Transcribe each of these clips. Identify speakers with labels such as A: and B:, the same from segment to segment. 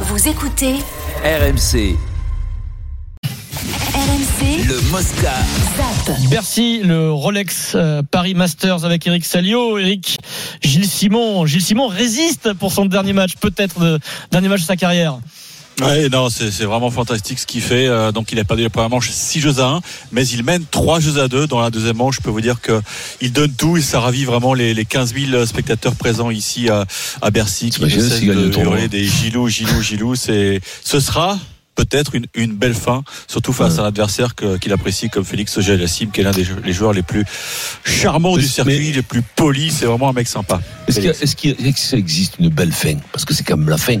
A: Vous écoutez
B: RMC,
A: RMC
B: le Mosca.
A: Zap.
C: Bercy, le Rolex euh, Paris Masters avec Eric Salio. Eric, Gilles Simon. Gilles Simon résiste pour son dernier match, peut-être le dernier match de sa carrière.
D: Ouais, non, c'est c'est vraiment fantastique ce qu'il fait. Euh, donc, il a perdu la première manche 6 jeux à 1, mais il mène 3 jeux à 2 dans la deuxième manche. Je peux vous dire que il donne tout et ça ravit vraiment les, les 15 000 spectateurs présents ici à, à Bercy qui ne
E: imagine
D: cessent
E: s'il gagne le
D: de
E: tournoi. hein.
D: hurler des gilous, gilous, gilous. C'est, ce sera peut-être une, une belle fin, surtout face à un adversaire que- qu'il apprécie comme Félix Auger-Aliassime, qui est l'un des jou- les joueurs les plus charmants
E: Mais-
D: du circuit,
E: mais-
D: les plus polis. C'est vraiment un mec sympa.
E: Est-ce qu'il y a- est-ce qu'il y a- est-ce que ça existe une belle fin Parce que c'est quand même la fin.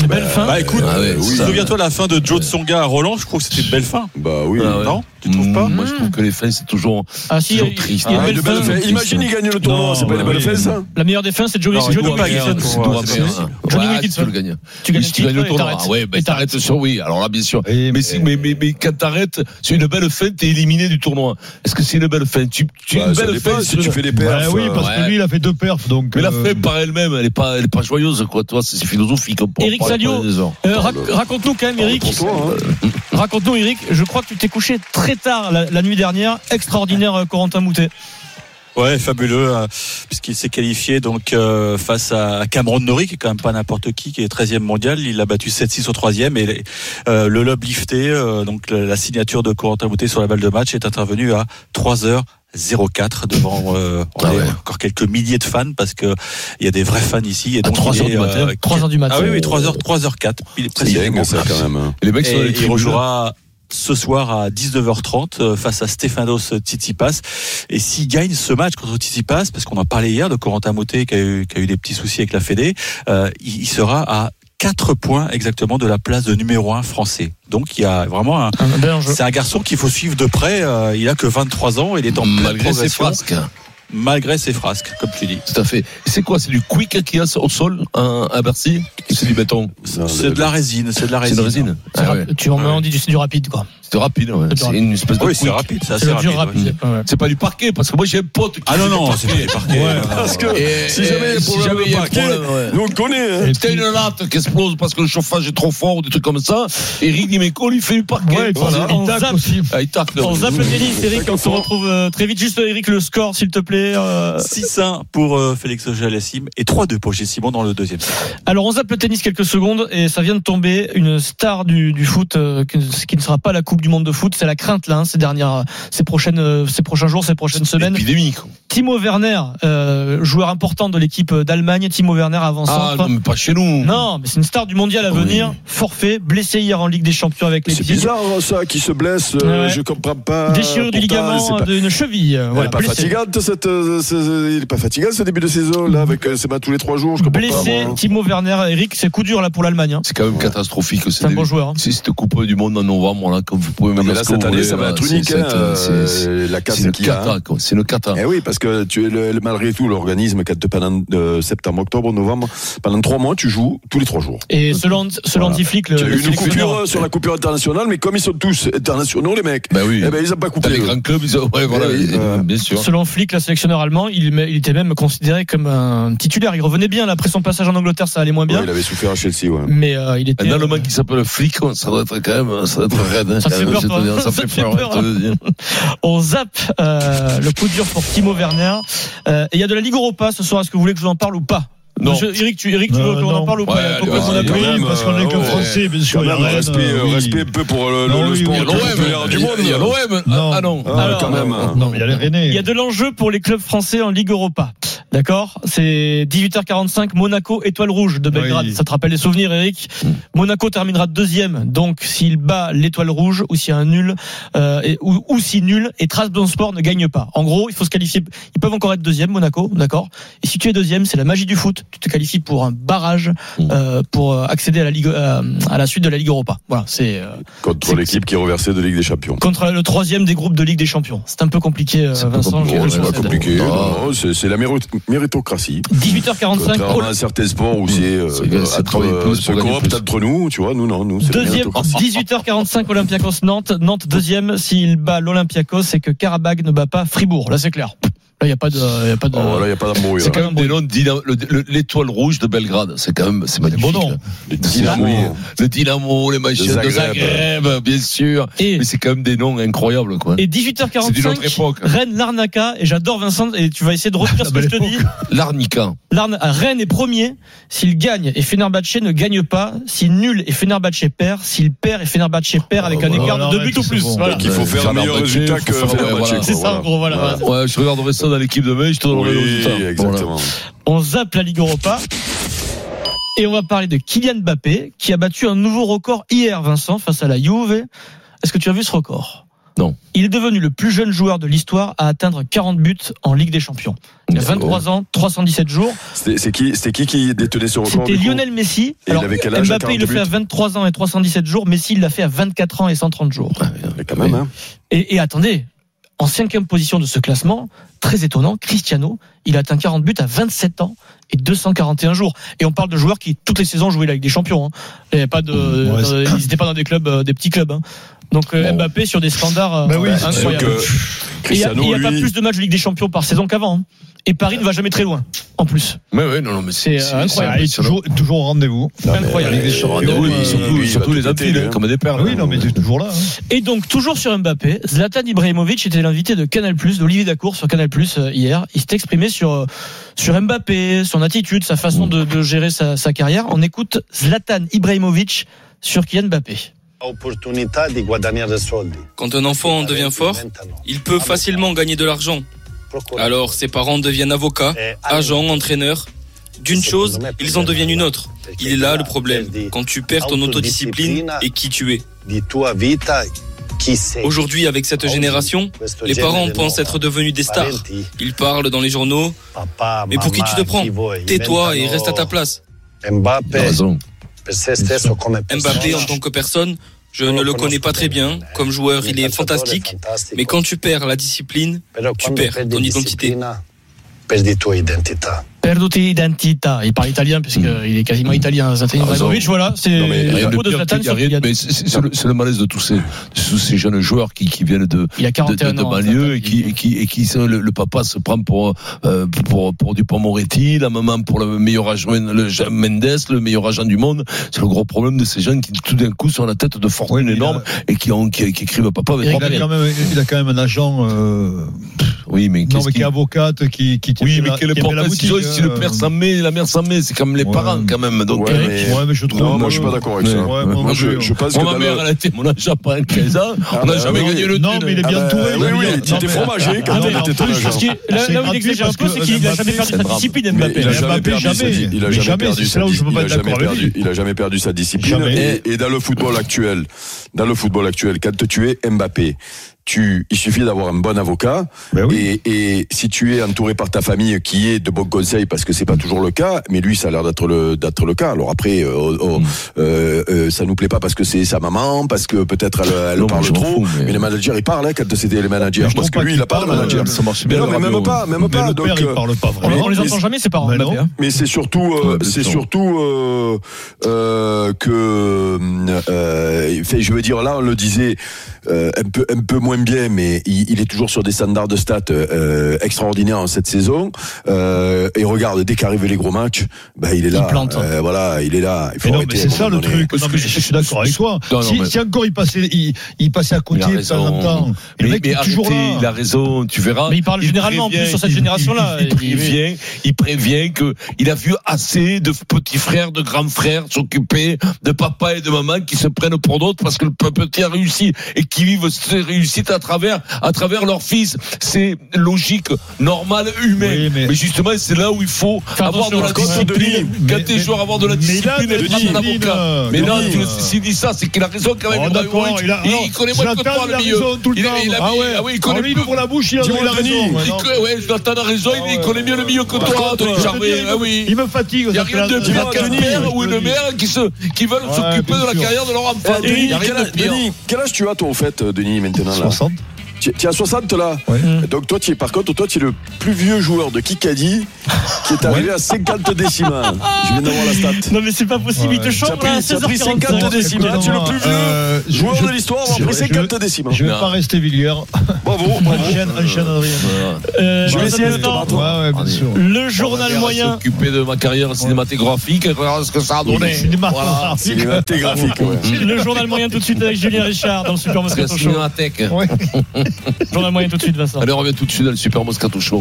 C: Une Belle fin.
D: Bah écoute,
E: Ah ouais, oui.
D: souviens-toi la fin de Joe Tsonga à Roland, je crois que c'était une belle fin.
E: Bah oui.
D: Non, tu trouves pas
E: Moi, je trouve que les fins, c'est toujours.
C: Ah si, il y a-
E: toujours triste.
C: il y a une
D: hein.
E: Ah,
C: belle
E: une
C: fin.
E: belle fin.
F: Imagine, il gagne le tournoi,
D: Non,
F: c'est pas une
D: ouais,
F: belle
D: oui.
F: fête, ça
C: La meilleure des fins, c'est Johnny
D: Non, il
C: Johnny
D: peut pas
C: Wilkinson.
D: gagner un
E: C'est
D: tournoi.
E: toujours
D: c'est
E: la
D: possible.
E: fin.
C: Johnny
E: Ouais,
C: Wilkinson.
E: Tu le gagnes.
C: Tu
E: Mais
C: gagnes
E: si tu gagnes le
C: titre et
E: tournoi,
C: t'arrêtes. bah,
E: ah ouais, ben
C: Et t'arrêtes.
E: t'arrêtes sur oui. Alors là, bien sûr.
C: Oui,
E: Mais, si- mais, mais, mais quand t'arrêtes, c'est une belle fin, t'es éliminé du tournoi. Est-ce que c'est une belle fin Tu, tu
F: Bah,
E: une
F: ça
E: belle
F: dépend
E: fin,
F: si
E: c'est
F: tu
E: une-
F: fais des perfs.
G: Bah oui, parce
E: ouais.
G: que lui, il a fait deux perfs, donc.
E: Mais la
G: euh,
E: fin par elle-même, elle est pas, elle est pas joyeuse, quoi. Toi, c'est c'est philosophique. on peut en
C: Eric
E: parler
C: Salio.
E: pendant des heures.
C: Euh,
F: Ah,
C: rac- raconte-nous quand même, Eric.
D: hein.
C: Euh, Raconte-nous, Eric. Je crois que tu t'es couché très tard la, la nuit dernière. Extraordinaire, euh, Corentin Moutet.
D: Ouais, fabuleux, euh, puisqu'il s'est qualifié donc euh, face à Cameron Norrie, qui est quand même pas n'importe qui, qui est 13e mondial. Il l'a battu 7-6 au 3e et euh, le lob lifté, euh, donc la, la signature de Corentin Moutet sur la balle de match est intervenue à 3h. 04 devant euh, on
E: Ah
D: est
E: ouais.
D: encore quelques milliers de fans parce que il y a des vrais fans ici et
E: À
D: donc
E: 3
D: il
E: heures
D: est,
E: du matin,
D: euh,
C: 3 heures du matin.
D: ah oui oui 3h 3h04
F: C'est dingue, ça, quand même. hein.
E: Et Les mecs sont dans
D: et
E: les
D: il
E: tribunes.
D: rejouera ce soir à 19h30 euh, face à Stefanos Tsitsipas. Et s'il gagne ce match contre Tsitsipas, parce qu'on en parlait hier de Corentin Moutet qui a eu, qui a eu des petits soucis avec la Fédé, euh, il, il sera à 4 points exactement de la place de numéro 1 français. Donc il y a vraiment un...
C: Un bel enjeu.
D: C'est un garçon qu'il faut suivre de près. euh, il a que 23 ans, il est en pleine
E: euh, Malgré ses
D: progression,
E: frasques. hein.
D: malgré ses frasques, comme tu dis.
E: Tout à fait. C'est quoi C'est du quick qu'il y a au sol à, à Bercy C'est du béton
F: Non,
D: C'est de la résine, c'est de la résine.
E: C'est de la résine
C: C'est
E: Ah
C: rap-
E: ouais.
C: Tu en
D: Ouais.
C: on dit du- c'est du rapide, quoi.
E: C'est rapide, ouais.
C: C'est
E: C'est
C: rapide.
E: une espèce de
D: Oui, c'est
E: quick.
D: rapide, c'est
C: C'est
D: assez
C: le
D: rapide.
C: dur
D: ouais.
C: rapide. Ouais.
E: C'est pas du parquet, parce que moi j'ai un pote qui
D: Ah non, non, c'est
E: fait
D: pas
E: du
D: les parquets.
G: Ouais.
D: non, non,
F: Parce
D: non.
F: que
E: Et-
F: si jamais
E: et-
F: il y a
E: si jamais il y a
F: un problème,
E: problème, ouais.
F: nous on le connaît. hein.
G: et
E: T'as
G: puis-
E: une latte qui explose parce que le chauffage est trop fort ou des trucs comme ça. Eric Dimeco, lui fait du parquet.
G: Ouais, et puis
E: Voilà.
G: on
C: On
G: zappe
C: zappe.
G: aussi.
E: Ah, il tacle.
C: On zappe le tennis, Eric. On se retrouve euh, très vite. Juste, Eric, le score, s'il te plaît. euh,
D: 6-1 pour euh, Félix Auger-Aliassime et 3-2 pour Gilles Simon dans le deuxième. set.
C: Alors on zappe le tennis quelques secondes et ça vient de tomber une star du, du foot euh, qui ne- qui ne sera pas la Coupe du Monde de foot. C'est la crainte là hein, ces dernières, ces prochaines, euh, ces prochains jours, ces prochaines semaines.
E: Épidémie, quoi.
C: Timo Werner, euh, joueur important de l'équipe euh, d'Allemagne. Timo Werner avant
E: Ah,
C: centre.
E: non, mais pas chez nous.
C: non, mais c'est une star du mondial à
E: Oui.
C: venir. Forfait, blessé hier en Ligue des Champions avec les
F: C'est bizarre hein, ça, qui se blesse, euh,
C: Ouais.
F: je comprends pas.
C: Déchirure du
F: Pourtant, c'est
C: ligament
F: pas-
C: d'une cheville. euh,
F: elle
C: voilà,
F: est pas
C: blessé.
F: fatigante cette, euh, ce- il est pas fatigant ce début de saison là avec euh, c'est pas tous les trois jours je comprends
C: Blessé,
F: pas. moi.
C: Timo Werner, Eric, c'est coup dur là pour l'Allemagne. hein.
E: C'est quand même catastrophique.
C: C'est un bon joueur. hein.
E: Si c'était coupé du monde en novembre, là, comme vous pouvez me
F: Non, mais
E: dire
F: là
E: ce que
F: cette
E: vous
F: année
E: voulez,
F: ça va
E: là,
F: être
E: c'est-
F: unique
E: c'est-
F: hein,
E: c'est- c'est-
F: euh, la
E: C'est
F: casse
E: une
F: qu'il y a. hein.
E: cata, quoi. C'est une cata.
F: Eh oui, parce que tu es le, le- malgré tout l'organisme quand pendant euh, septembre, octobre, novembre, pendant trois mois, tu joues tous les trois jours.
C: Et selon, selon
F: Euh, Voilà.
C: Antiflick,
F: Tu as
C: le,
F: eu
C: le
F: une
C: sélectionneur-
F: coupure euh, sur la coupure internationale, mais comme ils sont tous internationaux, les mecs,
E: Ben oui.
F: eh ben, ils n'ont pas
E: Dans
F: coupé.
E: les
F: eux.
E: grands clubs, ils ont- ouais, voilà,
F: oui,
E: et-
F: euh,
E: bien sûr.
C: Selon Flick, le sélectionneur allemand, il, il était même considéré comme un titulaire. Il revenait bien là, après son passage en Angleterre, ça allait moins bien.
F: Ouais, il avait souffert à Chelsea, ouais.
C: Mais euh, il était.
E: Un Allemand qui s'appelle Flick, ça doit être quand même, ça doit être raide. hein,
C: Ça te fait
E: quand même,
C: peur, toi.
E: je te dis,
C: Ça
E: Ça
C: te
E: fait
C: fait
E: peur, hein,
C: peur.
E: je te le dis.
C: On zappe euh, le coup dur pour Timo Werner. Euh, et il y a de la Ligue Europa ce soir. Est-ce que vous voulez que je vous en parle ou pas
E: Non.
C: Monsieur Eric, tu, Eric, tu
G: Euh,
C: veux qu'on en
G: non.
C: parle ou pas
E: Ouais,
C: Il y a
E: allez,
C: pas
E: vas-y,
C: qu'on a
E: quand
C: pris,
F: même,
C: parce qu'on est
F: euh,
G: Le
C: que
F: ouais.
C: français, bien sûr.
F: Quand
G: il y a
F: même,
G: Rennes,
F: respect,
G: euh,
F: euh,
G: oui.
F: respect peu pour le, le-
G: Non,
F: le
G: oui,
F: sport
G: oui,
F: le
G: il y a
F: plus populaire du monde.
E: Il y a l'OM.
G: Non.
E: Ah non.
F: Ah,
C: Alors,
F: quand même. hein.
G: Non, mais il y a les
C: Il y a
G: Rennais.
C: de l'enjeu pour les clubs français en Ligue Europa. D'accord C'est 18h45, Monaco, étoile rouge de Belgrade.
G: Oui.
C: Ça te rappelle les souvenirs, Eric Monaco terminera deuxième. Donc, s'il bat l'étoile rouge ou s'il y a un nul, euh, et- ou, ou si nul, et Trabzonspor ne gagne pas. En gros, il faut se qualifier. Ils peuvent encore être deuxième, Monaco, d'accord Et si tu es deuxième, c'est la magie du foot. Tu te qualifies pour un barrage
E: Mm.
C: euh, pour euh, accéder à la, Ligue, euh, à la suite de la Ligue Europa. Voilà, c'est euh,
F: Contre l'équipe qui est reversée de Ligue des Champions.
C: contre le troisième des groupes de Ligue des Champions. C'est un peu compliqué, euh,
E: C'est un peu
C: Vincent. je
E: compliqué,
C: le
E: ouais,
F: C'est pas
C: concède.
F: compliqué,
E: Non.
F: non, non, c'est c'est la mérit- méritocratie.
C: 18h45,
F: Contrairement à certains sports où c'est euh,
E: C'est bien, c'est
F: entre,
E: travailler
F: euh,
E: plus
F: se
E: pour gagner
F: corrompre
E: plus.
F: entre nous, tu vois, nous non, nous c'est la
C: Deuxième,
F: méritocratie.
C: 18h45, Olympiakos Nantes. Nantes deuxième, s'il bat l'Olympiakos, c'est que Karabag ne bat pas Fribourg. Là, c'est clair. Là, il n'y a pas de. il Y a pas de
F: Oh, là, il n'y a pas d'embrouille.
E: C'est
F: là.
E: quand même des noms de Dynamo- le- le- l'étoile rouge de Belgrade. C'est quand même, c'est magnifique.
C: bon nom.
F: Le
E: C'est
F: Dynamo.
E: fou. Le Dynamo, les machines de
F: Zagreb.
E: Zagreb, bien sûr.
C: Et,
E: Mais c'est quand même des noms incroyables, quoi.
C: et
E: C'est d'une autre
C: 18h45,
E: époque. hein.
C: Rennes, Larnaca, et j'adore Vincent, et tu vas essayer de retenir ce que je te dis.
E: L'Arnica.
C: Larn- ah, Rennes est premier s'il gagne et Fenerbahce ne gagne pas, s'il nul et Fenerbahce perd, s'il perd et Fenerbahce perd avec
E: Ah,
C: un
E: voilà,
C: écart de
A: alors,
C: deux buts
A: ouais,
C: ou
A: c'est
C: plus.
A: bon.
C: Voilà.
F: Donc, il faut faire un
E: Fenerbahce,
F: meilleur résultat
E: faut
F: que
E: faire- ouais, voilà.
F: Fenerbahce. quoi,
C: C'est ça, en gros, voilà.
F: Voilà.
E: Ouais, je regarderai ça dans l'équipe demain, je te donnerai le
F: Oui,
E: résultat. Voilà.
F: exactement.
C: On zappe la Ligue Europa. Et on va parler de Kylian Mbappé, qui a battu un nouveau record hier, Vincent, face à la Juve. Est-ce que tu as vu ce record
E: Non.
C: Il est devenu le plus jeune joueur de l'histoire à atteindre 40 buts en Ligue des Champions. Il a 23 ans, 317 jours.
F: C'était c'est qui, c'était qui qui détenait ce record
C: C'était
F: du coup
C: Lionel Messi.
F: Et il avait quel âge à
C: Mbappé, il le
F: 40
C: fait à 23 ans et 317 jours. Messi, il l'a fait à 24 ans et 130 jours.
F: Mais Quand même, hein.
C: Et, et attendez, en cinquième position de ce classement, très étonnant, Cristiano, il atteint 40 buts à 27 ans et 241 jours. Et on parle de joueurs qui, toutes les saisons, jouaient la Ligue des Champions. hein. Il y avait pas de,
A: Ouais,
C: euh, ils n'étaient pas dans des clubs, euh, des petits clubs. hein. Donc euh,
E: Bon.
C: Mbappé sur des standards euh,
A: Bah oui, c'est
F: Sauf
C: incroyables.
F: que
C: Et Il n'y a,
F: Cristiano,
C: il y a pas
F: lui,
C: plus de matchs de Ligue des Champions par saison qu'avant. hein. Et Paris ne va jamais très loin, en plus.
E: Mais oui, non, non, mais c'est
C: C'est, euh, incroyable.
E: c'est
A: Et toujours, toujours au rendez-vous.
C: C'est incroyable.
E: Ligue des Champions,
F: Euh,
E: oui,
F: euh,
E: surtout,
F: lui, il
E: surtout
F: va
E: les
F: tout péter,
E: Antilles,
F: lui, hein.
E: comme des perles.
A: Oui, non, mais il est toujours là. hein.
C: Et donc, toujours sur Mbappé, Zlatan Ibrahimovic était l'invité de Canal d'Olivier Dacour sur Canal euh, hier. Il s'est exprimé sur, euh, sur Mbappé, son attitude, sa façon de, de gérer sa, sa carrière. On écoute Zlatan Ibrahimovic sur Kylian Mbappé.
B: opportunità di guadagnare soldi.
G: Quand un enfant en devient fort, il peut facilement gagner de l'argent. Alors ses parents deviennent avocats, agents, entraîneurs. D'une chose, ils en deviennent une autre. Il est là le problème, quand tu perds ton autodiscipline et qui tu es.
B: di tua vita chi sei.
G: Aujourd'hui, avec cette génération,
B: Questo
G: les
B: genere
G: parents
B: no,
G: pensent être devenus des stars.
B: parenti,
G: Ils parlent dans les journaux,
B: papà,
G: mais pour qui tu te
B: mamma,
G: prends
B: chi vuoi,
G: Tais-toi et
B: diventano
G: reste à ta place.
B: Mbappé
E: T'as raison.
B: per se stesso come persona.
G: Mbappé, en tant que personne, je ne le connais pas très bien. Comme joueur, il est fantastique. Mais quand tu perds la discipline,
B: Però
G: tu
B: quando
G: perds
B: perdi
G: ton identité.
B: disciplina, Perdi tua identità.
C: Perduti identità. Il parle italien, puisqu'il est quasiment italien, hein, Zlatan
E: Ah,
C: Ibrahimovic.
E: ça.
C: Voilà, c'est
F: Non, mais
E: Il y
C: le
E: a
C: mot de
E: pire
C: Zlatan
E: qu'il y a
C: sur
E: rien,
C: Kylian.
E: mais c'est- c'est c'est le, c'est le malaise de tous ces, de tous ces jeunes joueurs qui, qui viennent de,
C: Il a
E: de, de,
C: 41
E: de
C: ans. Zlatan.
E: banlieue et qui, et qui, et qui sont- le, le papa se prend pour, euh, pour, pour du Moretti, la maman pour le meilleur agent, le Jean Mendes, le meilleur agent du monde. C'est le gros problème de ces jeunes qui tout d'un coup sont à la tête de fortune
A: Oui, il
E: énorme et qui, ont, qui, qui écrivent papa avec
C: Il
E: trois
A: Il a,
E: millions.
A: quand même, il a quand même un agent, euh,
E: Oui, mais
A: non,
E: qu'est-ce
A: mais qui
E: qu'il-
A: est avocate, qui, qui tient
E: Oui,
A: la-
E: mais quelle
A: qui avait la
E: importance
A: boutique,
E: ils ont si
A: hein,
E: le père
A: euh,
E: s'en met et la mère s'en met C'est comme les
A: Ouais.
E: parents, quand même. Donc,
F: Ouais,
E: euh,
F: mais-
A: Ouais, mais je trouve.
F: Non, moi je suis pas d'accord avec
E: Ouais,
F: ça.
E: ouais,
A: moi
F: Moi
A: non
F: je
A: plus.
F: je pense que.
E: Moi, ma
F: dans
E: mère,
F: le-
E: elle a été mon âge après 15 ans.
F: Ah,
E: On n'a
F: bah,
E: jamais
F: oui.
E: gagné le
A: Non,
E: titre.
A: mais il est
F: Ah
A: bien
F: bah,
A: entouré.
F: oui,
A: il est
F: oui,
A: bien-
F: tu
A: non,
F: t'es
A: mais-
F: fromagé quand
A: Ah,
F: on
A: mais-
F: était ton
A: parce
F: âge.
C: Parce
A: que-
C: que là,
A: C'est
C: là où il
A: gratuit
C: exagère un
A: parce
C: peu,
A: que
C: c'est qu'il n'a jamais
A: Mbappé,
C: perdu
E: c'est
C: sa
E: grave.
C: discipline,
F: Mais
C: Mbappé.
F: il a
A: Mais
F: jamais
A: Mbappé,
F: perdu sa
A: jamais.
F: dis- il a
A: Mais
F: jamais
A: jamais,
F: perdu
A: c'est
F: sa
A: là où je
F: dis-
A: peux pas
F: il a
A: être
F: jamais
A: d'accord avec
F: perdu- il a jamais perdu sa discipline.
A: Jamais.
F: Et, et dans le football actuel, dans le football actuel, quand tu es Mbappé, tu, il suffit d'avoir un bon avocat.
A: Ben oui.
F: Et, et si tu es entouré par ta famille qui est de bons conseils, parce que c'est pas toujours le cas, mais lui ça a l'air d'être le d'être le cas. Alors après, euh, oh,
A: Hmm.
F: euh, euh, ça nous plaît pas parce que c'est sa maman, parce que peut-être elle, elle
E: Non,
F: parle
E: mais je m'en
F: trop.
E: fous, mais-
F: mais... les managers ils parlent hein, quand c'était les managers,
A: Mais je
F: parce
A: trouve
F: que
A: pas
F: lui
A: qu'il
F: il a pas de
A: parle,
F: manager.
A: euh,
E: Ça marche
F: Mais
E: bien.
F: non,
E: la
F: mais
E: radio.
F: même pas, même
A: Mais
F: pas.
A: le
F: donc,
A: père,
F: euh,
A: il parle pas
C: On,
A: vraiment.
C: on les entend
F: Mais-
C: jamais, ces parents.
A: Mais non.
C: Mbappé, hein.
F: mais c'est surtout,
E: Ouais,
F: euh,
E: bien
F: c'est
E: sûr.
F: surtout euh, euh, que, euh, fait, je veux dire, là on le disait euh, un peu, un peu moins bien, mais il, il est toujours sur des standards de stats euh, extraordinaires en cette saison. Euh, et regarde, dès qu'arrivent les gros matchs, bah, il est là.
C: Il plante.
F: Euh, voilà, il est là. Il faut
A: Mais non,
F: arrêter
A: mais
F: à un
A: c'est ça
F: moment
A: le
F: donné.
A: truc.
E: Parce
A: Non,
E: que
A: mais je, je suis d'accord avec toi.
E: Non, non,
A: si,
E: mais-
A: si encore il passait, il, il passait à côté
E: Il a
A: de temps en
E: raison.
A: temps. Et
E: Mais,
A: le mec
E: mais
A: est toujours
E: arrêtez, il
A: là.
E: a raison, tu verras.
C: Mais il parle généralement, en plus, sur cette
E: il-
C: génération-là.
E: Il, il
C: Il-
E: prévient, il prévient que il a vu assez de petits frères, de grands frères s'occuper de papa et de maman qui se prennent pour d'autres parce que le petit a réussi et qui vivent ces réussites à travers, à travers leur fils. C'est logique, normal, humain.
A: Oui, mais-
E: mais... justement, c'est là où il faut
C: Faire
E: avoir
C: attention,
E: de la
C: parce que-
E: discipline.
A: Mais-
E: Quand tes
A: mais-
E: joueurs avoir de la
A: mais il a
E: discipline, et
A: de la
E: prendre un
A: discipline,
E: avocat. Mais
A: euh,
E: non,
A: Denis,
E: tu le-
A: euh.
E: s'il dit ça, c'est qu'il a raison quand même.
A: Oh, d'accord,
E: Ibrahimovic.
A: il a- alors,
E: il connaît moins que
A: Zlatan,
E: toi
A: il
E: le
A: a
E: milieu.
A: raison tout le
E: Il
A: temps.
E: a- il a-
A: Ah ouais.
E: ah oui, il
A: Quand
E: connaît
A: on lui
E: mieux.
A: ouvre la bouche, il a
F: Dis-moi,
A: il a
F: Denis.
A: raison.
E: Il
A: maintenant.
E: conna- ouais, Zlatan a raison,
A: Ah
E: il- il connaît mieux le milieu que
A: Par
E: toi,
A: contre,
E: Anthony
A: je te
E: Jarvet,
A: dis,
E: hein, oui.
A: Bah, Ah Il me fatigue.
E: Il n'y a
A: ça fait
E: rien de
A: la-
E: pire
A: la-
E: qu'un
A: Denis,
E: père
A: je
E: ou
A: te
E: une
A: dis.
E: mère qui, se, qui veulent
A: Ouais,
E: s'occuper
A: bien
E: de la
A: sûr.
E: carrière de leur enfant.
F: Eh, Denis,
E: Il n'y a
F: quel,
E: rien de
F: âge,
E: pire.
F: Denis, quel âge tu as toi au fait, euh, Denis, maintenant là
A: 60.
F: Tu tu as 60 là
A: Ouais.
F: Donc toi, tu es, par contre, toi, tu es le plus vieux joueur de Kikadi qui est arrivé à 50 décimales. Je viens d'avoir la stat.
C: Non, mais c'est pas possible, il te
A: Ouais.
F: Ça a
C: change
F: pris-
C: là, à
F: ça a pris 50
C: 16h45.
F: décimales, tu es le plus vieux
A: Euh, je-
F: joueur
A: je-
F: de l'histoire, on a
A: je-
F: pris
A: je-
F: 50 décimales.
A: Je vais
E: Non.
A: pas rester Villiers.
F: Bravo, bravo.
A: Enchaîne, enchaîne, Adrien.
C: Euh,
F: Je vais
C: dans
F: essayer
C: un
F: de
C: instant,
F: te
A: Ouais, ouais, bien
F: Allez.
A: sûr.
C: Le journal moyen.
E: S'occuper de ma carrière cinématographique, et regarde ce que ça a donné.
A: Cinéma.
E: Voilà.
F: Cinématographique, ouais.
C: Le journal moyen tout de suite avec Julien Richard dans le Super
E: Parce que
C: Moscato Show.
E: cinémathèque.
C: Journal moyen tout de suite, Vincent.
E: Allez, on revient tout de suite dans le Super Moscato Show.